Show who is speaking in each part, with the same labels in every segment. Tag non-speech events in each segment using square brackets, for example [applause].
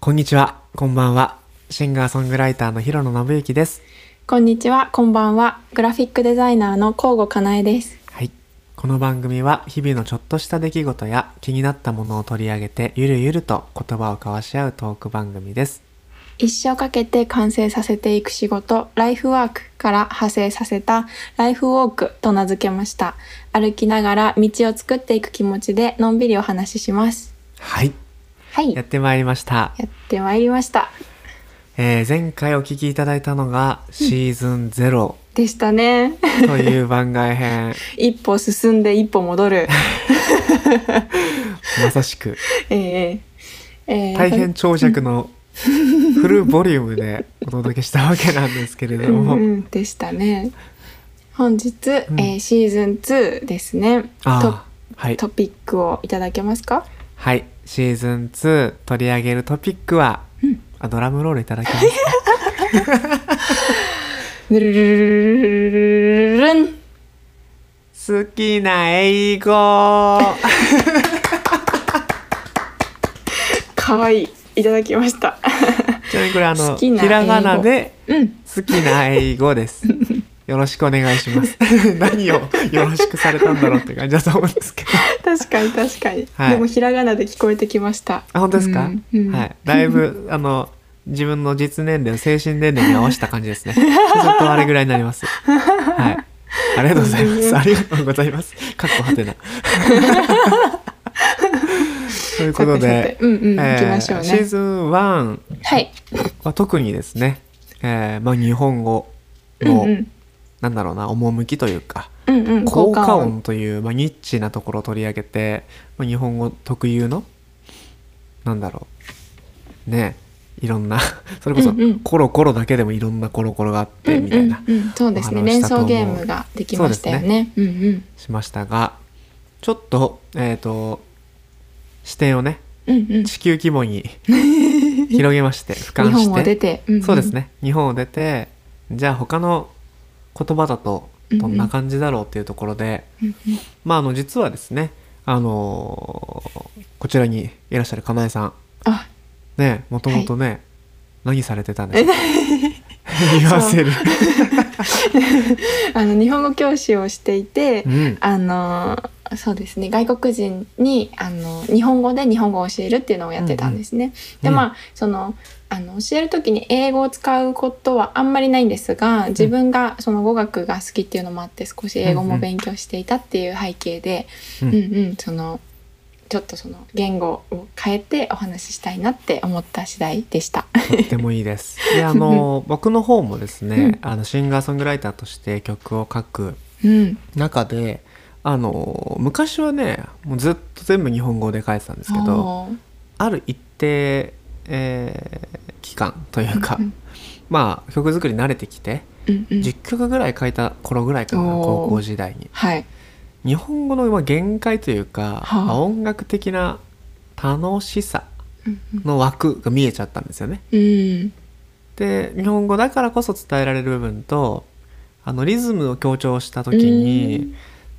Speaker 1: こんにちは、こんばんは。シンガーソングライターの広野信之です。
Speaker 2: こんにちは、こんばんは。グラフィックデザイナーの甲賀かなえです。
Speaker 1: はい。この番組は日々のちょっとした出来事や気になったものを取り上げてゆるゆると言葉を交わし合うトーク番組です。
Speaker 2: 一生かけて完成させていく仕事、ライフワークから派生させたライフウォークと名付けました。歩きながら道を作っていく気持ちでのんびりお話しします。
Speaker 1: はい。
Speaker 2: はい。
Speaker 1: やっ
Speaker 2: や
Speaker 1: てまいりました。
Speaker 2: ってまいりました。
Speaker 1: えー前回お聞きいただいたのがシーズン0
Speaker 2: でしたね。
Speaker 1: という番外
Speaker 2: [laughs]
Speaker 1: 編。
Speaker 2: 一歩進んで一歩
Speaker 1: [laughs]
Speaker 2: 戻る。
Speaker 1: まさしく
Speaker 2: ええええ
Speaker 1: 大変長尺のフルボリュームでお届けしたわけなんですけれど
Speaker 2: うんう
Speaker 1: も。
Speaker 2: ん、でしたね。本日、
Speaker 1: うん
Speaker 2: えーシーズン2ですね。
Speaker 1: ああ、はい
Speaker 2: ト。トピックをいただけますか。
Speaker 1: はい、シーズン2取り上げるトピックは、あドラムロールいただきます。
Speaker 2: ぬるるるるるるるん。
Speaker 1: 好
Speaker 2: [laughs]
Speaker 1: きな英語
Speaker 2: 可愛いいただきました。
Speaker 1: ちなみにこれあの、
Speaker 2: 好きな英
Speaker 1: ひ
Speaker 2: 語
Speaker 1: らがなで
Speaker 2: うん。
Speaker 1: 好きな英語
Speaker 2: [laughs]
Speaker 1: です。よろしくお願いします。 [laughs] 何をよろしくされたんだろうって感じだと思うんですけど。
Speaker 2: 確かに確かに。
Speaker 1: はい
Speaker 2: でもひらがなで聞こえてきました。
Speaker 1: あ、本当ですか、
Speaker 2: うんうん
Speaker 1: はい。だい
Speaker 2: [laughs]
Speaker 1: ぶ、あの、自分の実年齢を精神年齢に合わせた感じですね。ちょっとあれぐらいになり
Speaker 2: [laughs]
Speaker 1: ます。はい。ありがとうございます。ありがとうございます。かっこはて
Speaker 2: [laughs]
Speaker 1: な。ということ
Speaker 2: さてさ
Speaker 1: で
Speaker 2: て、うんうん
Speaker 1: えー
Speaker 2: 行きましょうね
Speaker 1: シーズン1
Speaker 2: はい。
Speaker 1: は特にですね、えーまあ、日本語
Speaker 2: うん
Speaker 1: の、
Speaker 2: うん。
Speaker 1: なんだろうな、趣というか、
Speaker 2: うんうん。
Speaker 1: 効果音という、まあ、ニッチなところを取り上げて、まあ、日本語特有のなんだろうねいろんな [laughs] それこそ
Speaker 2: うんうん
Speaker 1: コロコロだけでもいろんなコロコロがあっ
Speaker 2: う
Speaker 1: て
Speaker 2: ん
Speaker 1: みたいな、
Speaker 2: うんうん。そうですね。
Speaker 1: お話し
Speaker 2: 連
Speaker 1: したと
Speaker 2: 想
Speaker 1: 思う
Speaker 2: ゲームができましたよね。うんうん。
Speaker 1: しましたがちょっとえっ、と視点をね
Speaker 2: うんうん。
Speaker 1: 地球規模
Speaker 2: [laughs]
Speaker 1: に広げまして俯瞰
Speaker 2: 日本を
Speaker 1: し
Speaker 2: 出
Speaker 1: て
Speaker 2: て。んん
Speaker 1: そうです。ね日本を出てじゃあ他の言葉だとどんな感じだろうっていうところで。
Speaker 2: うんうん
Speaker 1: まあ、あの実はですね、あのーこちらにいらっしゃるかなえさん
Speaker 2: あ、
Speaker 1: ねもともとね、何されてたんですか [laughs] 言わせる、
Speaker 2: あの日本語教師をしていて、
Speaker 1: うん、
Speaker 2: あのそうですね外国人にあの日本語で日本語を教えるっていうのをやってたんですね。で
Speaker 1: うん
Speaker 2: まあそのあの教える時に英語を使うことはあんまりないんですが自分がその語学が好きっていうのもあって少し英語も勉強していたっていう背景で、
Speaker 1: う
Speaker 2: うんん、うんそのちょっとその言語を変えてお話ししたいなって思った次第でした。
Speaker 1: とってもいいですであのー僕の方もですね、あのシンガーソングライターとして曲を書く
Speaker 2: うん、
Speaker 1: 中であのー昔はねもうずっと全部日本語で書いてたんですけど
Speaker 2: おー
Speaker 1: ある一定、えー期間というか、
Speaker 2: うん
Speaker 1: まあ曲作り慣れてきて、
Speaker 2: うんうん
Speaker 1: 10曲ぐらい書いた頃ぐらいかな
Speaker 2: おー
Speaker 1: 高校時代に
Speaker 2: はい、
Speaker 1: 日本語のまあ限界というか、
Speaker 2: はあ
Speaker 1: まあ音楽的な楽しさ
Speaker 2: うんうん
Speaker 1: の枠が見えちゃったんですよね
Speaker 2: うん
Speaker 1: で日本語だからこそ伝えられる部分とあのリズムを強調した時に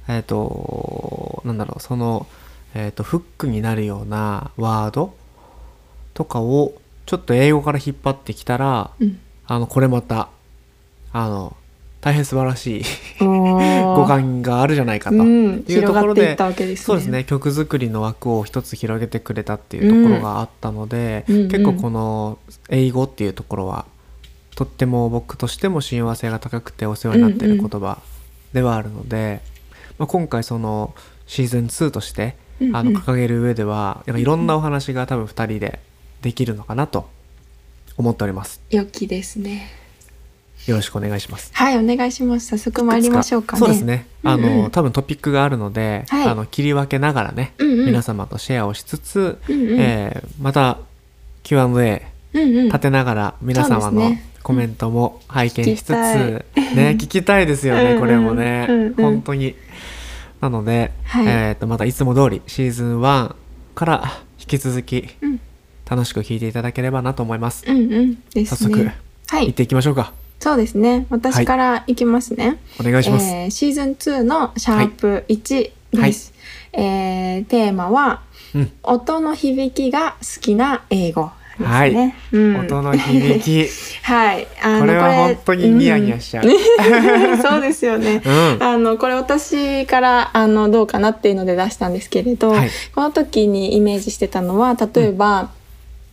Speaker 1: えっ、となんだろうその、えー、とフックになるようなワードとかをちょっと英語から引っ張ってきたら
Speaker 2: うん
Speaker 1: あのこれまたあの大変素晴らしい
Speaker 2: 五
Speaker 1: 五感があるじゃないかと
Speaker 2: う
Speaker 1: い
Speaker 2: ん、
Speaker 1: うと
Speaker 2: 広
Speaker 1: こ
Speaker 2: が
Speaker 1: ろ
Speaker 2: っ
Speaker 1: で,、
Speaker 2: ていったわけですね。
Speaker 1: そうですね曲作りの枠を一つ広げてくれたっていうところがあったので、
Speaker 2: うんうんうん
Speaker 1: 結構この英語っていうところはとっても僕としても親和性が高くてお世話になっている言葉ではあるので、まあ、今回そのシーズン2として
Speaker 2: うんうん
Speaker 1: あの掲げる上ではなんかいろんなお話が多分2人でできるのかなと思っております。
Speaker 2: 良きですね。
Speaker 1: よろしくお願いします。
Speaker 2: はい、お願いします。早速参りましょうかね。
Speaker 1: そうです。ね。あの、
Speaker 2: うんうん
Speaker 1: 多分トピックがあるので、
Speaker 2: はい
Speaker 1: あの切り分けながらね、
Speaker 2: うんうん
Speaker 1: 皆様とシェアをしつつ、
Speaker 2: うんうん
Speaker 1: えーまた Q&A
Speaker 2: うんうん。
Speaker 1: 立てながら皆様
Speaker 2: そうです
Speaker 1: の
Speaker 2: ね
Speaker 1: コメントも拝見しつつ、
Speaker 2: 聞
Speaker 1: ね聞きたいですよ
Speaker 2: うん
Speaker 1: ね、
Speaker 2: うん
Speaker 1: これもね、
Speaker 2: うんうん
Speaker 1: 本当に。なので、
Speaker 2: はい
Speaker 1: えっ、とまたいつも通りシーズン1から引き続き
Speaker 2: うん
Speaker 1: 楽しく聞いていただければなと思います。
Speaker 2: うんうん。ですね。
Speaker 1: 早速
Speaker 2: は
Speaker 1: 行っ
Speaker 2: い。
Speaker 1: ていきましょうか。
Speaker 2: そうですね。私からいきますね。
Speaker 1: お願いします。
Speaker 2: えーシーズン2のシャープ1です。えーテーマは、
Speaker 1: うん
Speaker 2: 音の響きが好きな英語ですね。うん
Speaker 1: 音の響き
Speaker 2: はい。あの
Speaker 1: これは本当にニヤニヤしちゃう、う
Speaker 2: うん [laughs] そうですよね。
Speaker 1: ん
Speaker 2: あのこれ私からあのどうかなっていうので出したんですけれど、
Speaker 1: はい
Speaker 2: この時にイメージしてたのは例えば、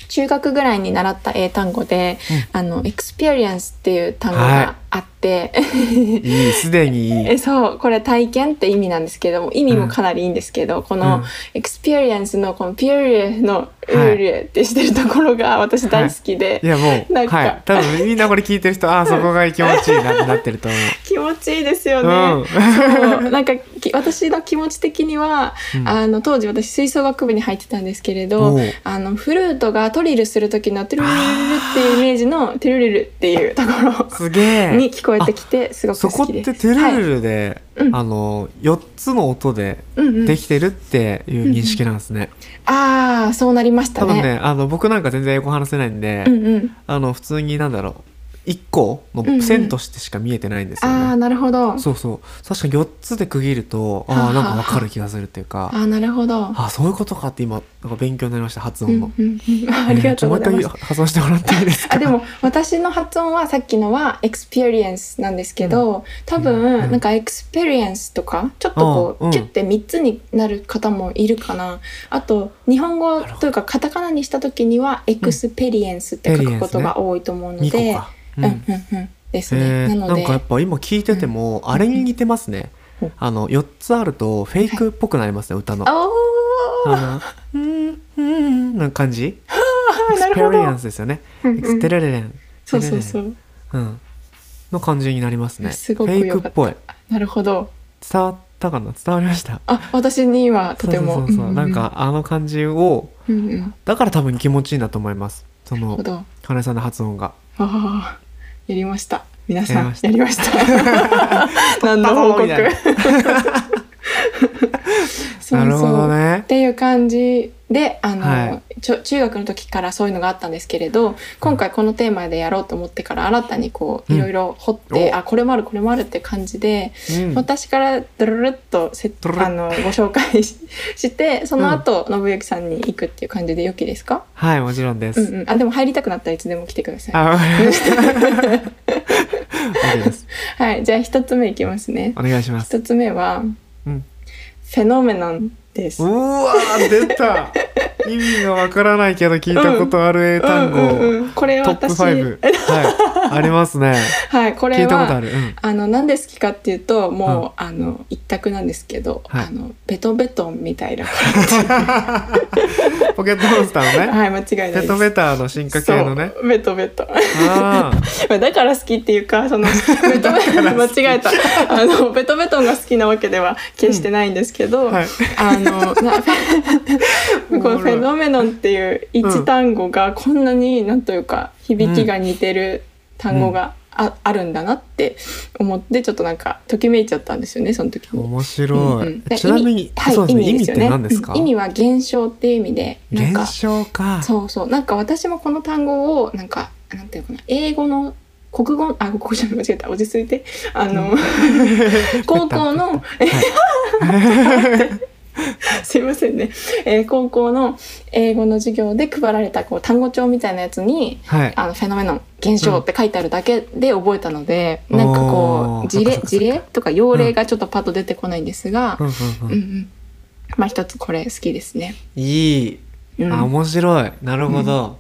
Speaker 2: 中学ぐらいに習った英単語で、あのエクスペリエンスっていう単語があって、 [laughs]
Speaker 1: いいすでにいい
Speaker 2: えそうこれ体験って意味なんですけども意味もかなりいいんですけど、こ
Speaker 1: うん
Speaker 2: のエクスペリエンスのこのピューリの「ウーリエ」ってしてるところが私大好きで、
Speaker 1: いやもう
Speaker 2: なんか
Speaker 1: はい多分みんなこれ聞いてる人ああそこが気持ちいいなってなってると
Speaker 2: [laughs]
Speaker 1: 思
Speaker 2: 気持ちいいですよ
Speaker 1: う、
Speaker 2: ね。
Speaker 1: うん
Speaker 2: そうなんかき私の気持ち的には、
Speaker 1: うん
Speaker 2: あの当時私吹奏楽部に入ってたんですけれど
Speaker 1: おう
Speaker 2: あのフルートがトリルする時の「トゥルルルルル」っていうイメージの「トゥルルル」っていうところ
Speaker 1: すげえ
Speaker 2: に聞こえてきてすごく
Speaker 1: そこ
Speaker 2: 好
Speaker 1: っ
Speaker 2: き
Speaker 1: て
Speaker 2: です。
Speaker 1: テルルルで、
Speaker 2: はいうん
Speaker 1: あの4つの音で
Speaker 2: はいうんうん
Speaker 1: できてるっていう認識なんですね、
Speaker 2: ああそうなりました
Speaker 1: 多分
Speaker 2: ね。
Speaker 1: ねあの僕なんか全然英語話せないんで、
Speaker 2: うんうん、
Speaker 1: あの普通になんだろう1個
Speaker 2: うんう
Speaker 1: の
Speaker 2: ん
Speaker 1: 線としてしか見えてないんですよね、
Speaker 2: ああなるほど。
Speaker 1: そうそう確かに4つで区切るとああ
Speaker 2: はあ
Speaker 1: なんかわかる気がするっていうか
Speaker 2: ああなるほど。
Speaker 1: ああそういうことかって今なんか勉強になりました発
Speaker 2: うんう
Speaker 1: 音
Speaker 2: ん
Speaker 1: の、
Speaker 2: うん、 [laughs] ありがとうございます
Speaker 1: えーちょもう一。回発音してもらっていいですか
Speaker 2: あでも私の発音はさっきのはエクスペリエンスなんですけど、多
Speaker 1: うんう
Speaker 2: 分
Speaker 1: ん
Speaker 2: なんかエクスペリエンスとかちょっとこ
Speaker 1: あう
Speaker 2: うんキュッて3つになる方もいるかなあと日本語というかカタカナにした時にはエクスペリエンスって書くことが多いと思うので、
Speaker 1: 2個か、
Speaker 2: うんうんうんです
Speaker 1: え
Speaker 2: ね、
Speaker 1: ーな
Speaker 2: なの
Speaker 1: ん
Speaker 2: で
Speaker 1: かやっぱ今聞いてても、あれに似てますね、
Speaker 2: うん
Speaker 1: あの4つあるとフェイクっぽくなりますね、歌のあ
Speaker 2: おー
Speaker 1: の「うんうん」な感じエ
Speaker 2: あ
Speaker 1: ク
Speaker 2: な
Speaker 1: ス
Speaker 2: る
Speaker 1: ペ
Speaker 2: ほ
Speaker 1: リ
Speaker 2: ど
Speaker 1: エンスですよね、
Speaker 2: うん
Speaker 1: エクス
Speaker 2: うん
Speaker 1: テレレレン
Speaker 2: そうそうそう
Speaker 1: うんの感じになりますね
Speaker 2: すごく
Speaker 1: フェイ
Speaker 2: 良
Speaker 1: ク
Speaker 2: か
Speaker 1: っ
Speaker 2: っ
Speaker 1: ぽい
Speaker 2: なるほど
Speaker 1: 伝わったかな伝わりました
Speaker 2: あ私にはとても
Speaker 1: そうそうそうそう
Speaker 2: うう
Speaker 1: なんかあの感じを
Speaker 2: うんうんなる
Speaker 1: だから多分気持ちいいんだと思いますその
Speaker 2: ほど
Speaker 1: 金井さんの発音が
Speaker 2: ああ、やりました。皆さん、
Speaker 1: や
Speaker 2: や
Speaker 1: り
Speaker 2: りました。
Speaker 1: [laughs]
Speaker 2: 何の報告
Speaker 1: みたいな。
Speaker 2: [laughs] そう
Speaker 1: なるほ
Speaker 2: そう。
Speaker 1: どね
Speaker 2: っていう感じで、あの、
Speaker 1: は
Speaker 2: ちょ中学の時からそういうのがあったんですけれど、今回このテーマでやろうと思ってから新たにこう
Speaker 1: うん
Speaker 2: いろいろ掘って、
Speaker 1: お
Speaker 2: あこれもあるこれもあるって感じで、
Speaker 1: うん
Speaker 2: 私からドロロッとせ
Speaker 1: ドロロッ
Speaker 2: あのご紹介ししてその後、信之さんに行くっていう感じでよきですか？
Speaker 1: はいもちろんです、
Speaker 2: うんうん。あでも入りたくなったらいつでも来てください。
Speaker 1: あわかりました OK です
Speaker 2: はい、じゃあ一つ目いきますね。
Speaker 1: [laughs] お願いします
Speaker 2: 一つ目は、
Speaker 1: うん
Speaker 2: フェノメノンです。
Speaker 1: うわー出た意味がわからないけど聞いたことある英単語、
Speaker 2: うんうんうん、これ
Speaker 1: トップ
Speaker 2: 私、
Speaker 1: 5はいありますね
Speaker 2: はい、こ
Speaker 1: 聞
Speaker 2: れ
Speaker 1: いたことあ
Speaker 2: は
Speaker 1: る、うん、
Speaker 2: あの何で好きかっていうともう、あの一択なんですけど、
Speaker 1: はい
Speaker 2: あのベトベトンみたいな
Speaker 1: ポケットモンスターのね
Speaker 2: はい間違いないで
Speaker 1: ペ
Speaker 2: す。
Speaker 1: トベターの進化系のね
Speaker 2: そうベトベトン [laughs]
Speaker 1: あー
Speaker 2: まあだから好きっていうか
Speaker 1: [laughs]
Speaker 2: そのベトベトン間違えたあのベトベトンが好きなわけでは決してないんですけど、
Speaker 1: はい
Speaker 2: あ [laughs] のなこ
Speaker 1: おもろ
Speaker 2: の
Speaker 1: い
Speaker 2: フェノメノンっていう一単語がこんなになんというか響きが似てる単語があ,、あるんだなって思ってちょっとなんかときめいちゃったんですよねその時に。
Speaker 1: 面
Speaker 2: うん
Speaker 1: 白
Speaker 2: う
Speaker 1: い、
Speaker 2: んで
Speaker 1: ちなみに、
Speaker 2: はい
Speaker 1: そうですね
Speaker 2: 意
Speaker 1: 意
Speaker 2: 味
Speaker 1: 味っ
Speaker 2: ですよ
Speaker 1: て
Speaker 2: ね
Speaker 1: 何ですか、
Speaker 2: うん意味は現象っていう意味でなんか
Speaker 1: 現象か
Speaker 2: そうそうなんか私もこの単語をなんかなんていうのかな英語の国語あ国語じゃない間違えた落ち着いてあの、高
Speaker 1: [laughs]
Speaker 2: 校の [laughs] すいませんね、えー高校の英語の授業で配られたこう単語帳みたいなやつに
Speaker 1: はい
Speaker 2: あのフェノメノン現象って書いてあるだけで覚えたので、
Speaker 1: うん
Speaker 2: なんかこ
Speaker 1: おー
Speaker 2: う事
Speaker 1: そ
Speaker 2: 例
Speaker 1: っかそっかそっか
Speaker 2: 事例とか用例がちょっとパッと出てこないんですが、
Speaker 1: うん
Speaker 2: う
Speaker 1: うんう、
Speaker 2: んうんん、まあ一つこれ好きですね。
Speaker 1: いい、
Speaker 2: うん
Speaker 1: あ面白いなるほど、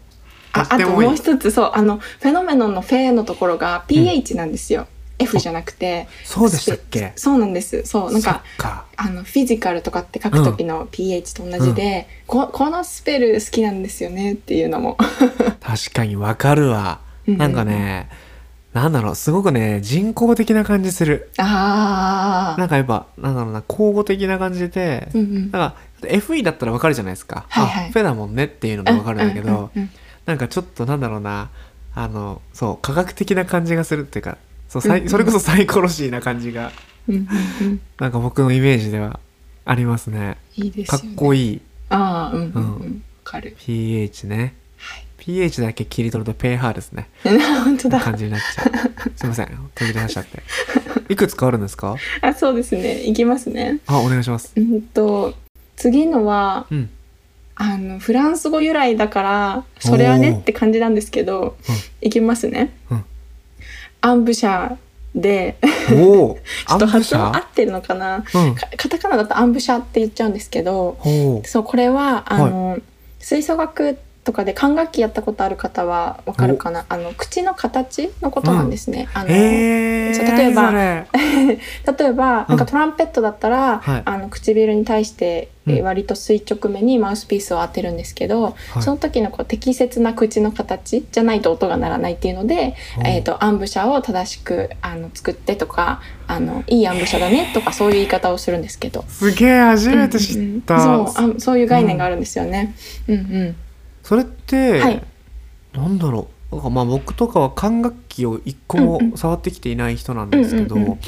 Speaker 2: ああ
Speaker 1: って
Speaker 2: と
Speaker 1: もいい
Speaker 2: もう一つそうあのフェノメノンの「フェ」のところが PH なんですよ、F じゃなくて
Speaker 1: そうでしたっけ
Speaker 2: そうなんですそうなんか
Speaker 1: そっか
Speaker 2: あのフィジカルとかって書く時の PH と同じで、ここのスペル好きなんですよねっていうのも
Speaker 1: 確かにわかるわ
Speaker 2: うんうん
Speaker 1: なんかね、なんだろうすごくね人工的な感じする
Speaker 2: あ
Speaker 1: な
Speaker 2: あ
Speaker 1: んかやっぱなんだろうな口語的な感じで、
Speaker 2: うんうん
Speaker 1: なんか FE だったらわかるじゃないですか、
Speaker 2: はいはい
Speaker 1: あフェだもんねっていうのでわかるんだけど、
Speaker 2: うんうん
Speaker 1: なんかちょっとなんだろうなあのそう科学的な感じがするっていうかそうサイ
Speaker 2: うんうん
Speaker 1: それこそサイコロシーな感じが
Speaker 2: うんうんうんうん
Speaker 1: なんか僕のイメージではありますね
Speaker 2: いいです
Speaker 1: か
Speaker 2: よ
Speaker 1: っ
Speaker 2: ね
Speaker 1: こいい
Speaker 2: ああうんうん
Speaker 1: う
Speaker 2: うんわかる [laughs]
Speaker 1: PH ね
Speaker 2: はい
Speaker 1: PH だけ切り取るとペーハーですね
Speaker 2: 本当だ
Speaker 1: 感じになっちゃうすいません途切れましちゃ
Speaker 2: [laughs]
Speaker 1: っていくつかあるんですか
Speaker 2: あそうですねいきますね
Speaker 1: あお願いします
Speaker 2: [laughs] うんと次のは
Speaker 1: うん
Speaker 2: あのフランス語由来だからそれはね
Speaker 1: おー
Speaker 2: って感じなんですけど、いきますね、
Speaker 1: うん
Speaker 2: アンブシャで
Speaker 1: おお
Speaker 2: [laughs] ち
Speaker 1: ア
Speaker 2: ょっ
Speaker 1: ンプ
Speaker 2: と発
Speaker 1: シ
Speaker 2: 音合
Speaker 1: ャ
Speaker 2: ってるのかな
Speaker 1: うん
Speaker 2: かカタカナだとアンブシャって言っちゃうんですけど
Speaker 1: ほ
Speaker 2: そうこれはあの、吹奏楽とかで管楽器やったことある方はわかるかなあの口の形のことなんですね。あ
Speaker 1: う
Speaker 2: の
Speaker 1: へえ
Speaker 2: そう例えば
Speaker 1: ば
Speaker 2: 例えばなんかトランペットだったら、
Speaker 1: はい
Speaker 2: あの唇に対してえー
Speaker 1: うん
Speaker 2: 割と垂直めにマウスピースを当てるんですけど、 [laughs] その時のこう適切な口の形じゃないと音が鳴らないっていうので、えー、とアンブシャを正しくあの作ってとかあのいいアンブシャだねとかそういう言い方をするんですけど。
Speaker 1: すげえ初めて知った、
Speaker 2: うんうんそうあそういう概念があるんですよね。うん、うん、
Speaker 1: それって、
Speaker 2: はい
Speaker 1: なんだろうなんかまあ僕とかは管楽器を一個も
Speaker 2: うんうん
Speaker 1: 触ってきていない人なんですけど、
Speaker 2: うんうんうん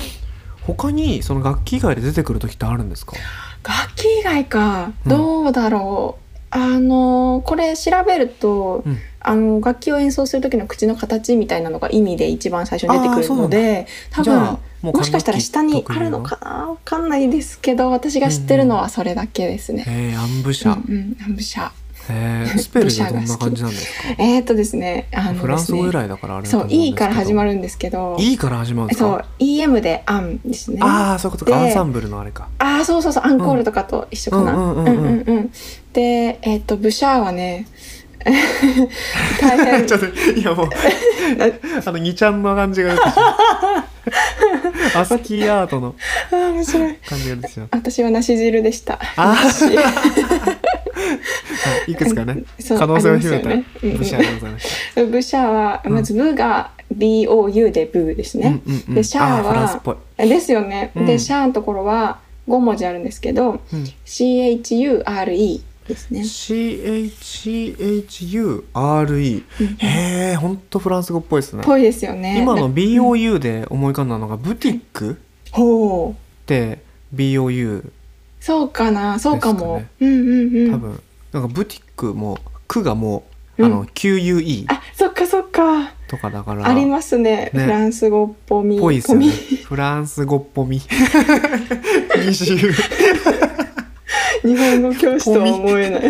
Speaker 1: 他にその楽器以外で出てくる時ってあるんですか
Speaker 2: 楽器以外か
Speaker 1: うん
Speaker 2: どうだろう、あのこれ調べると、
Speaker 1: うん
Speaker 2: あの楽器を演奏する時の口の形みたいなのが意味で一番最初に出て
Speaker 1: あ
Speaker 2: く
Speaker 1: ーそ
Speaker 2: る
Speaker 1: うな
Speaker 2: の
Speaker 1: んだ
Speaker 2: で多
Speaker 1: じゃあ
Speaker 2: 分
Speaker 1: もう管楽器
Speaker 2: もしかしたら下にあるのかなわかんないですけど私が知ってるのはそれだけですね。
Speaker 1: えー、アンブシ
Speaker 2: うん
Speaker 1: ャ、
Speaker 2: うん、アンブシャ
Speaker 1: えースペルでどんな感じなんですか
Speaker 2: えー、っとですねあのですね
Speaker 1: フランス語由来だからあれだと
Speaker 2: そう
Speaker 1: 思うんですけど
Speaker 2: E から始まるんですけど
Speaker 1: E から始まるんですか
Speaker 2: そう EM で「アン」ですね。
Speaker 1: ああそういうこと
Speaker 2: で
Speaker 1: かアンサンブルのあれか
Speaker 2: ああそうそうそうアンコールとかと一緒かな。
Speaker 1: うんうんうん
Speaker 2: う
Speaker 1: ん
Speaker 2: う
Speaker 1: うんん
Speaker 2: うんでえっ、とブシャーはね大
Speaker 1: [laughs]
Speaker 2: 変
Speaker 1: ちょっとい
Speaker 2: [laughs]
Speaker 1: やもうあの2ちゃんの感じが出てし
Speaker 2: [laughs]
Speaker 1: まうアスキーアートの
Speaker 2: あー面白い。
Speaker 1: 感じが出てしまう
Speaker 2: 私は梨汁でした。
Speaker 1: あ
Speaker 2: [laughs] 梨
Speaker 1: はいいくつかね
Speaker 2: そう
Speaker 1: 可能性を秘めた
Speaker 2: ありますよねうんうん
Speaker 1: 武士ありがとうございました
Speaker 2: ブシャーは
Speaker 1: うん
Speaker 2: まずブが B O U でブですね。
Speaker 1: うんうんうん
Speaker 2: でシャアは
Speaker 1: あフランスっぽい、
Speaker 2: ですよね。
Speaker 1: う
Speaker 2: で
Speaker 1: ん
Speaker 2: シャーのところは5文字あるんですけど C H U R E ですね。
Speaker 1: CHEHURE
Speaker 2: うん
Speaker 1: へえほんとフランス語っぽいですね
Speaker 2: ぽいですよね。
Speaker 1: 今
Speaker 2: な
Speaker 1: の BOU で思い浮かんだのがブティック
Speaker 2: ほう
Speaker 1: って BOU
Speaker 2: そうかなそうかも。
Speaker 1: です
Speaker 2: うんうんうん。
Speaker 1: 多分なんかブティックも区がも
Speaker 2: う
Speaker 1: うんあの QUE
Speaker 2: あそっかそっか。
Speaker 1: とかだから
Speaker 2: ありますね
Speaker 1: ね
Speaker 2: フランス語っぽみ
Speaker 1: ぽいですよね
Speaker 2: ぽ
Speaker 1: フランス語っ
Speaker 2: [laughs]
Speaker 1: ぽみ20
Speaker 2: み日本語教師とは思え [laughs] ない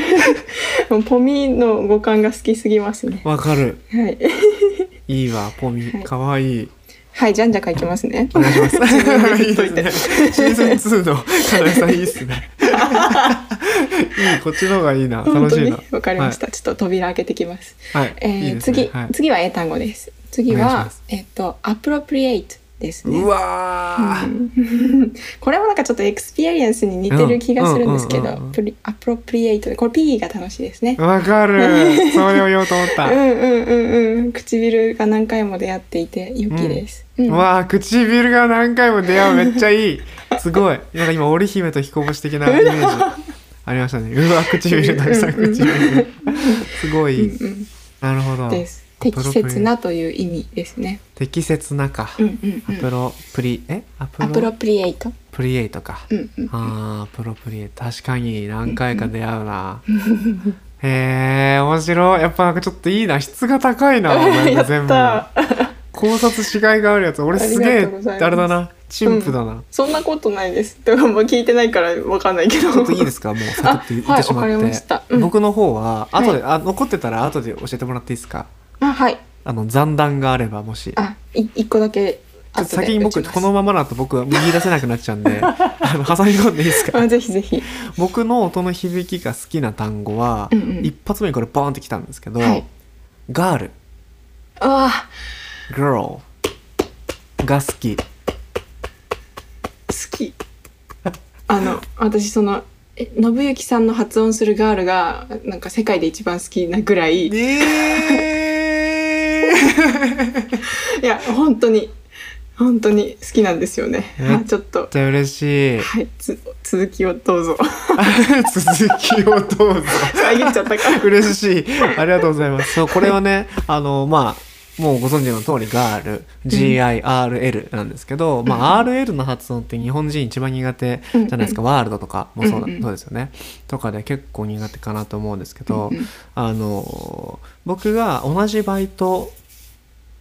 Speaker 2: もうポミの語感が好きすぎますね
Speaker 1: わかる
Speaker 2: はい、
Speaker 1: いいわポミ
Speaker 2: はい
Speaker 1: かわいい
Speaker 2: はい、じゃんじゃかいきますね
Speaker 1: お願いします。
Speaker 2: 自分で言っといて
Speaker 1: いいですね [laughs] シーズン2のカナエさんいいっすね。いい、こっちの方がいいな。
Speaker 2: 本
Speaker 1: 楽
Speaker 2: 当
Speaker 1: しい
Speaker 2: に
Speaker 1: な。
Speaker 2: わかりました、ちょっと扉開けてきます,、
Speaker 1: はい。
Speaker 2: えー
Speaker 1: いいですね
Speaker 2: 次、
Speaker 1: はい
Speaker 2: 次は英単語です次
Speaker 1: お願いし
Speaker 2: は
Speaker 1: ます
Speaker 2: えっとアプロプリエイトですね
Speaker 1: うわー。
Speaker 2: うん [laughs] これもなんかちょっとエクスペリエンスに似てる気がするんですけ
Speaker 1: うんうん
Speaker 2: ど
Speaker 1: うんうん
Speaker 2: プリアプロプリエイトでこれ P が楽しいですね
Speaker 1: わかる。それを言おうと思った。
Speaker 2: うんうんうんうん唇が何回も出会っていて良きです、うん
Speaker 1: うわー、唇が何回も出会う。めっちゃいい。すごい。なんか今、織姫と彦星的なイメージ。ありましたね。うわ、唇、たくさん唇。すごい。
Speaker 2: うん
Speaker 1: なるほ
Speaker 2: う
Speaker 1: ど
Speaker 2: ん、。です適切なという意味ですね、
Speaker 1: 適切なか。
Speaker 2: うんうんう
Speaker 1: アプ
Speaker 2: ん、
Speaker 1: ロプリ、えアプ
Speaker 2: アプロ
Speaker 1: ロ
Speaker 2: プリエイト、
Speaker 1: プリエイトか。
Speaker 2: うんうん、
Speaker 1: あープロプリエ確かに何回か出会うなへえ面白いやっぱなんかちょっといいな質が高いななんか
Speaker 2: [laughs] やった
Speaker 1: 全部
Speaker 2: ー
Speaker 1: 考察しがいがあるやつ俺すげ
Speaker 2: あり
Speaker 1: え
Speaker 2: がとうございます
Speaker 1: あれだな陳腐だな、
Speaker 2: そんなことないですとかもう聞いてないからわかんないけど
Speaker 1: ちょっといいですかもうサクッと言ってしま
Speaker 2: あはいわかり
Speaker 1: っ、
Speaker 2: ましてたうん
Speaker 1: 僕の方は後で、あ残ってたら後で教えてもらっていいですか
Speaker 2: [laughs] あはい
Speaker 1: あの残談があればもし
Speaker 2: あい一個だけ
Speaker 1: ちょっと先に
Speaker 2: 後で
Speaker 1: 僕
Speaker 2: 打ちます
Speaker 1: このままだと僕は言い出せなくなっちゃう
Speaker 2: [laughs]
Speaker 1: んであの挟み込んでいいですか
Speaker 2: あぜひぜひ
Speaker 1: 僕の音の響きが好きな単語は、
Speaker 2: うんうん
Speaker 1: 一発目にこれバーンってきたんですけど、
Speaker 2: はい
Speaker 1: ガール、
Speaker 2: うわ
Speaker 1: girl が好き。
Speaker 2: 好きあの私そのえ信行さんの発音するガールがなんか世界で一番好きなぐらいい
Speaker 1: えー、
Speaker 2: や本当に本当に好きなんですよね、
Speaker 1: え
Speaker 2: あちょっと
Speaker 1: じゃあ嬉しい。
Speaker 2: [laughs] はい、つ続きをどうぞ。
Speaker 1: 続きをどうぞ。
Speaker 2: 遮っちゃったから。
Speaker 1: [laughs] 嬉しい。ありがとうございます。そう、これはね、あの、まあ、もうご存知の通り、ガール、GIRL なんですけど、まあ、RL の発音って日本人一番苦手じゃないですか。ワールドとかもそうだ、
Speaker 2: うんうん
Speaker 1: そうですよね。とかで結構苦手かなと思うんですけ
Speaker 2: うん
Speaker 1: ど、あの、僕が同じバイト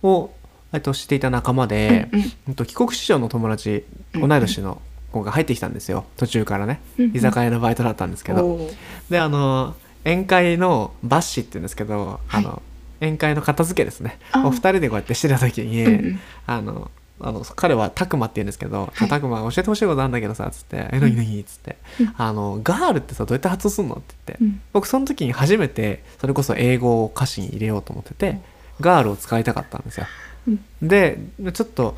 Speaker 1: を、えっと、していた仲間で、うんと帰国子女の友達、同い年の子が入ってきたんですよ。途中からね
Speaker 2: うんう。ん
Speaker 1: 居酒屋のバイトだったんですけど。
Speaker 2: おー
Speaker 1: であの宴会のバッシって言うんですけど、あ
Speaker 2: は
Speaker 1: の宴会の片付けですね
Speaker 2: あー
Speaker 1: お二人でこうやってしてた時に、
Speaker 2: うんうん
Speaker 1: あのあの彼はタクマって言うんですけど「
Speaker 2: はい
Speaker 1: タクマ教えてほしいことなんだけどさ」つって「えなになに?」つって、
Speaker 2: うん
Speaker 1: あの「ガールってさどうやって発音するの?」って言って、
Speaker 2: うん
Speaker 1: 僕その時に初めてそれこそ英語を歌詞に入れようと思ってて「ガール」を使いたかったんですよ。
Speaker 2: うん
Speaker 1: でちょっと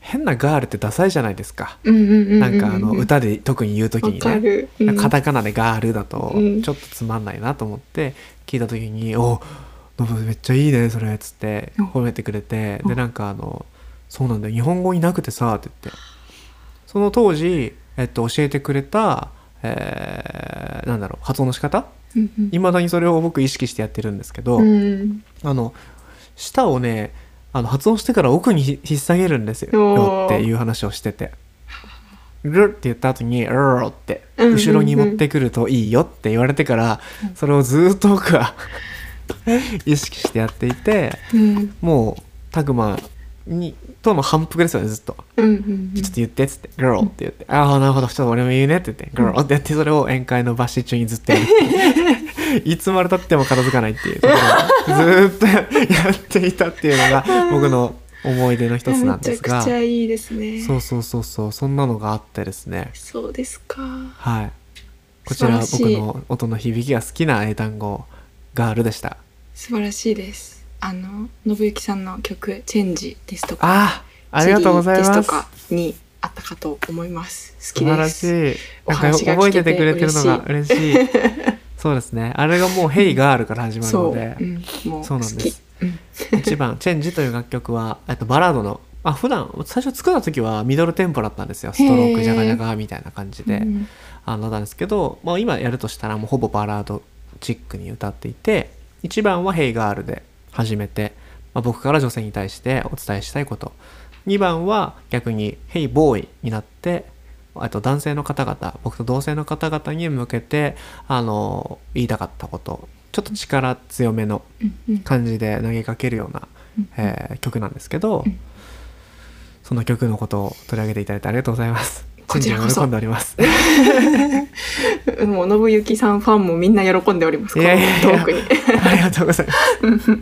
Speaker 1: 変な「ガール」ってダサいじゃないですか。
Speaker 2: うんうんうんうん
Speaker 1: なんかあの歌で特に言う時
Speaker 2: わ
Speaker 1: に
Speaker 2: か
Speaker 1: ね
Speaker 2: る、うん
Speaker 1: カタカナで「ガール」だと
Speaker 2: うん
Speaker 1: ちょっとつまんないなと思って聞いた時に「おノブめっちゃいいねそれ」っつって
Speaker 2: うん
Speaker 1: 褒めてくれて
Speaker 2: う
Speaker 1: で
Speaker 2: ん
Speaker 1: なんかあの「そうなんだよ日本語いなくてさ」って言ってその当時、えっと、教えてくれた、えーなんだろう発音の仕方
Speaker 2: うんうん
Speaker 1: いまだにそれを僕意識してやってるんですけど、
Speaker 2: うん
Speaker 1: あの舌をねあの発音してから奥にひ引っ下げるんですよ
Speaker 2: おー
Speaker 1: っていう話をしてて「ル」って言った後に「ルー」って
Speaker 2: うんうんうん
Speaker 1: 後ろに持ってくるといいよって言われてからそれをずーっと僕は [laughs] 意識してやっていて
Speaker 2: うん
Speaker 1: もうタグマにとの反復ですよねずっと。
Speaker 2: うんうん
Speaker 1: ちょっと言ってっつって「girl って言って「ああなるほどちょっと俺も言うね」って言って「girl って言ってそれを宴会のバッシュ中にずっとやる
Speaker 2: [laughs]
Speaker 1: っていういつまでたっても片付かないっていうところをずーっとやっていたっていうのが僕の思い出の一つなんです
Speaker 2: めちゃ
Speaker 1: が
Speaker 2: くちゃいいですね
Speaker 1: そうそうそうそうそんなのがあってですね
Speaker 2: そうですか
Speaker 1: はいこちらは
Speaker 2: 素
Speaker 1: 僕
Speaker 2: 晴らしい
Speaker 1: の音の響きが好きな英単語「ガール」でした
Speaker 2: 素晴らしいですあの信行さんの曲「チェンジ」ですとか
Speaker 1: ああありがとうござい
Speaker 2: チェリー
Speaker 1: ま
Speaker 2: ですすとかにあったかと思います好
Speaker 1: 素
Speaker 2: き
Speaker 1: 晴
Speaker 2: で
Speaker 1: ら
Speaker 2: す
Speaker 1: しい。
Speaker 2: お
Speaker 1: なんかよ
Speaker 2: 話が
Speaker 1: 覚えて
Speaker 2: 聞けて
Speaker 1: てくれてるのが嬉しい。そうですね。あれがもう「ヘイガール」から始まる
Speaker 2: そ
Speaker 1: の
Speaker 2: う、
Speaker 1: で
Speaker 2: う、ん、もう
Speaker 1: そう
Speaker 2: 好
Speaker 1: なんで
Speaker 2: き
Speaker 1: す1番「チェンジ」という楽曲はえっとバラードのあ普段最初作った時はミドルテンポだったんですよストロー
Speaker 2: へー
Speaker 1: クジャガジャガみたいな感じで、
Speaker 2: うん
Speaker 1: あのだったんですけど、まあ、今やるとしたらもうほぼバラードチックに歌っていて1番は「Hey Girl」で始めて、まあ、僕から女性に対してお伝えしたいこと2番は逆に「Hey Boy」になってあと男性の方々僕と同性の方々に向けてあの言いたかったことちょっと力強めの
Speaker 2: うんうん
Speaker 1: 感じで投げかけるような、
Speaker 2: うん
Speaker 1: えー曲なんですけど、
Speaker 2: うん
Speaker 1: その曲のことを取り上げていただいてありがとうございます。
Speaker 2: こち
Speaker 1: [laughs]
Speaker 2: らこそ
Speaker 1: 喜んでおります。
Speaker 2: [laughs] もう信行さんファンもみんな喜んでおります
Speaker 1: い
Speaker 2: この
Speaker 1: やいやいや
Speaker 2: トークに
Speaker 1: ありがとうござい
Speaker 2: [laughs]
Speaker 1: ます。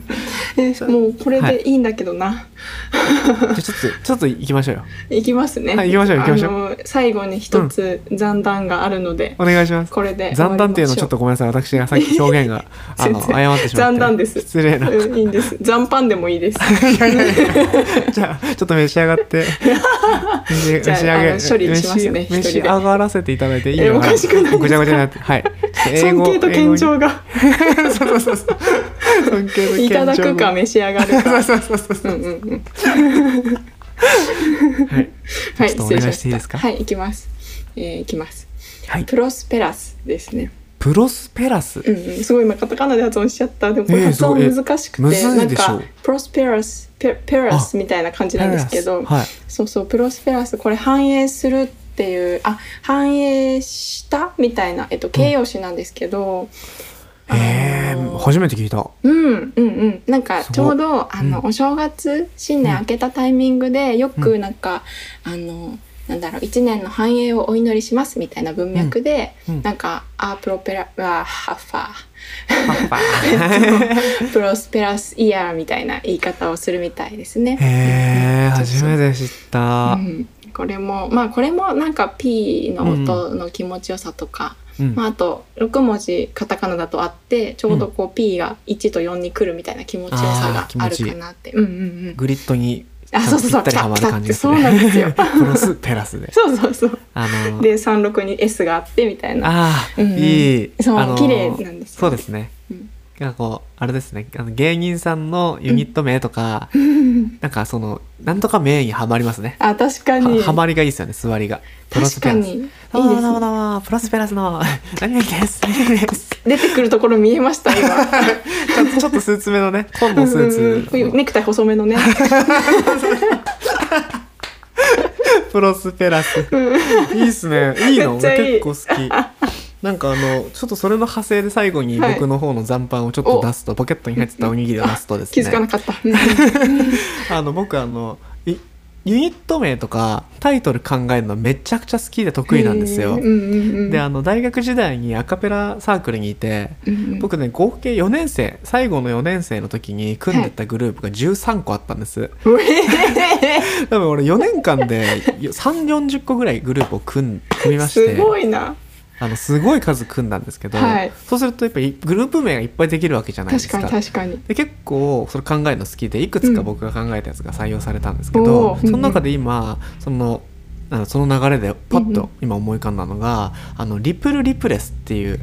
Speaker 2: え [laughs] もうこれでいいんだけどな、
Speaker 1: じゃあちょっとちょっと行きましょうよ。
Speaker 2: 行きますね、
Speaker 1: はい行きましょう行きましょ
Speaker 2: あの最後に一つ残談があるので、
Speaker 1: お願いします。
Speaker 2: これで終
Speaker 1: 残
Speaker 2: わりましょ
Speaker 1: 談っていうのちょっとごめんなさい。私がさっき表現があの
Speaker 2: 全然
Speaker 1: 誤ってしまって。
Speaker 2: 残談です
Speaker 1: 失礼な。い
Speaker 2: うんいいんです残飯でもいいです
Speaker 1: やいやいやじゃあちょっと召し上が
Speaker 2: [laughs]
Speaker 1: って。召
Speaker 2: じゃああの処理しますね
Speaker 1: 召し
Speaker 2: 一人で
Speaker 1: 召し上がらせていただいていいの
Speaker 2: えおかしくないですか
Speaker 1: ごちゃごちゃになって。はい。
Speaker 2: 尊敬と
Speaker 1: [laughs] [laughs] 英語
Speaker 2: 謙
Speaker 1: に
Speaker 2: 譲が
Speaker 1: そうそうそう。尊敬と
Speaker 2: いただ
Speaker 1: [laughs]
Speaker 2: くか召し上がるか
Speaker 1: そうそうそう
Speaker 2: う
Speaker 1: そ
Speaker 2: ん
Speaker 1: う。
Speaker 2: うんうん
Speaker 1: はい。
Speaker 2: はい、
Speaker 1: ちょっとお
Speaker 2: 失
Speaker 1: 願い
Speaker 2: 礼しま
Speaker 1: していいです
Speaker 2: し
Speaker 1: か
Speaker 2: た。はい、行きます。えー、行きます。
Speaker 1: はい。
Speaker 2: プロスペラスですね。
Speaker 1: プロスペラス
Speaker 2: う。ん、うん、すごい今カタカナで発音しちゃった。でもこれ
Speaker 1: えー
Speaker 2: 発音
Speaker 1: すごいえ
Speaker 2: 難しくて、
Speaker 1: むずい
Speaker 2: なん
Speaker 1: でしょ
Speaker 2: かプロスペラスペペラスみたいな感じなんですけど、
Speaker 1: はい。
Speaker 2: そうそうプロスペラスこれ反映するっていうあ反映したみたいなえっと形容詞なんですけど、あの
Speaker 1: ええ初めて聞いた。
Speaker 2: うんうんうんなんか
Speaker 1: すごい
Speaker 2: ちょうどあの、
Speaker 1: うん
Speaker 2: お正月新年明けたタイミングでよくなんか、あのなんだろう一年の繁栄をお祈りしますみたいな文脈で、
Speaker 1: うんうん
Speaker 2: なんかアープロペラはハッファー
Speaker 1: パッパー
Speaker 2: [laughs] プロスペラスイヤーみたいな言い方をするみたいですね。
Speaker 1: へえ、
Speaker 2: うん
Speaker 1: 初めて知った。
Speaker 2: うんこれもまあこれもなんか P の音の気持ちよさとか、
Speaker 1: うん
Speaker 2: まあ、あと6文字カタカナだとあってちょうどこう P が1と4に来るみたいな気持ちよさ
Speaker 1: あー
Speaker 2: が
Speaker 1: 気
Speaker 2: あ
Speaker 1: 持
Speaker 2: る
Speaker 1: ちいい
Speaker 2: かなって。うんうんうん
Speaker 1: グリッドに
Speaker 2: あそうそうそう
Speaker 1: ぴったりはまる感じですね。
Speaker 2: ピタッてそうなんですよ
Speaker 1: プロスペラスで。
Speaker 2: そうそうそう。
Speaker 1: あの
Speaker 2: で36に S があってみたいな。
Speaker 1: ああ、
Speaker 2: うんうん
Speaker 1: いい。
Speaker 2: そう
Speaker 1: あの
Speaker 2: 綺麗なんですよ
Speaker 1: そうですね。
Speaker 2: うん
Speaker 1: なんかこうあれですね。あの芸人さんのユニット名とか、なんかそのなんとか名にはまりますね。
Speaker 2: あ確かに
Speaker 1: ははまりがいいですよね。座りが。プロス
Speaker 2: 確
Speaker 1: ペ
Speaker 2: か
Speaker 1: ラス。
Speaker 2: にいいです
Speaker 1: どうもどうも
Speaker 2: ね。
Speaker 1: どうも、プロスペラスの何々です。何々です。
Speaker 2: 出てくるところ見えました
Speaker 1: [laughs]
Speaker 2: 今。
Speaker 1: ちょ [laughs] っとちょっとスーツ目のね、紺のスーツ
Speaker 2: うんうんうんネクタイ細めのね。
Speaker 1: [laughs] プロスペラス。いいっすね。いいの
Speaker 2: めっちゃいい
Speaker 1: 俺結構
Speaker 2: [laughs]
Speaker 1: 好き。なんかあの、ちょっとそれの派生で最後に
Speaker 2: はい
Speaker 1: 僕の方の残飯をちょっと出すと、ポケットに入ってたおにぎりを出すとですね。
Speaker 2: 気づかなかった。
Speaker 1: あの、僕あの、いユニット名とかタイトル考えるのめちゃくちゃ好きで得意なんですよ
Speaker 2: へー。うんうんうん、
Speaker 1: であの大学時代にアカペラサークルにいて
Speaker 2: うんうん、 [laughs]
Speaker 1: 僕ね合計4年生最後の4年生の時に組んでたグループが13個あったんです、多分俺4年間で340個ぐらいグループを組ん組みまし
Speaker 2: す
Speaker 1: て
Speaker 2: ごいな。
Speaker 1: あのすごい数組んだんですけど、
Speaker 2: はい
Speaker 1: そうするとやっぱりグループ名がいっぱいできるわけじゃないで
Speaker 2: 確
Speaker 1: す
Speaker 2: か
Speaker 1: か
Speaker 2: に確かに。
Speaker 1: で結構それ考えるの好きでいくつか僕が考えたやつが採用されたんですけ
Speaker 2: うん
Speaker 1: ど、
Speaker 2: おー
Speaker 1: その中で今そのあのその流れでパッ
Speaker 2: うんうん
Speaker 1: と今思い浮かんだのが「あのリプルリプレス」っていう、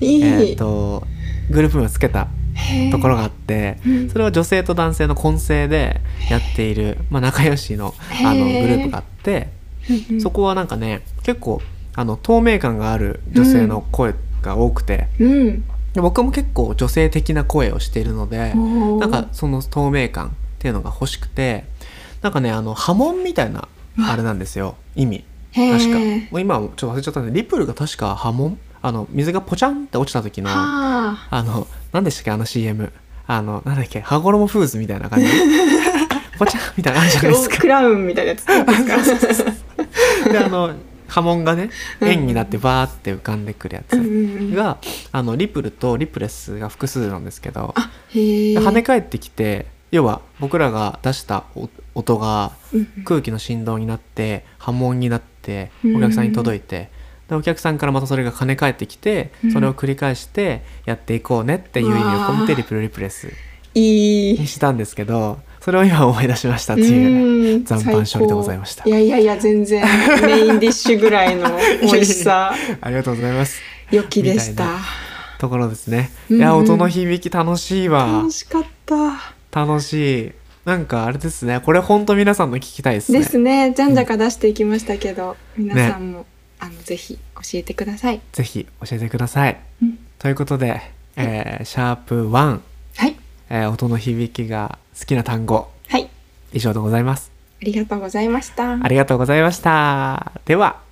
Speaker 2: いい。
Speaker 1: えー、とグループ名をつけた
Speaker 2: へー
Speaker 1: ところがあって
Speaker 2: うん
Speaker 1: それは女性と男性の混成でやっている、まあ、仲良しのあのグ
Speaker 2: へー
Speaker 1: ループがあって
Speaker 2: うんうん
Speaker 1: そこはなんかね結構あの透明感がある女性の声が多くて、
Speaker 2: うん。
Speaker 1: で僕も結構女性的な声をしているので。
Speaker 2: な
Speaker 1: なんかその透明感っていうのが欲しくてなんかねあの波紋みたいなあれなんですよ意味確かもう今はちょっと忘れちゃったんでリプルが確か波紋あの水がポチャンって落ちた時のあ
Speaker 2: はあ。
Speaker 1: の何でしたっけあの CM あのなんだっけ羽衣フーズみたいな
Speaker 2: [laughs]
Speaker 1: 感じポチャンみたいなのあるじゃないです
Speaker 2: おクラウンみたいなやつ
Speaker 1: [laughs]
Speaker 2: ですか。
Speaker 1: かであの波紋がね
Speaker 2: うん
Speaker 1: 円になってバーって浮かんでくるや
Speaker 2: う
Speaker 1: つ
Speaker 2: んうんうん
Speaker 1: があのリプルとリプレスが複数なんですけど
Speaker 2: あへえ。
Speaker 1: 跳ね返ってきて要は僕らが出したお音が
Speaker 2: うん
Speaker 1: 空気の振動になって波紋になって
Speaker 2: うん
Speaker 1: お客さんに届いて、でお客さんからまたそれが跳ね返ってきて、
Speaker 2: うん
Speaker 1: それを繰り返してやっていこうねっていう意味を込めて
Speaker 2: うわー
Speaker 1: リプルリプレス
Speaker 2: い
Speaker 1: に
Speaker 2: い。
Speaker 1: したんですけどそれを今思い出しましたっていうね
Speaker 2: うん
Speaker 1: 残飯処理でございました
Speaker 2: 最高いやいやいや全然メインディッシュぐらいの美味しさ
Speaker 1: ありがとうございます
Speaker 2: 良きで
Speaker 1: [laughs]
Speaker 2: し
Speaker 1: みたい
Speaker 2: た
Speaker 1: なところですね、
Speaker 2: うんう
Speaker 1: い
Speaker 2: ん
Speaker 1: や音の響き楽しいわ
Speaker 2: 楽しかった
Speaker 1: 楽しいなんかあれですねこれほんと皆さんの聞きたいですね
Speaker 2: ですねじゃんじゃか出していきましたけど、皆さんもあのぜひ教えてください
Speaker 1: ぜひ教えてください、
Speaker 2: うん
Speaker 1: ということで、えーシャープ1、
Speaker 2: はい
Speaker 1: えー音の響きが好きな単語
Speaker 2: はい
Speaker 1: 以上でございます。
Speaker 2: ありがとうございました
Speaker 1: ありがとうございました。では、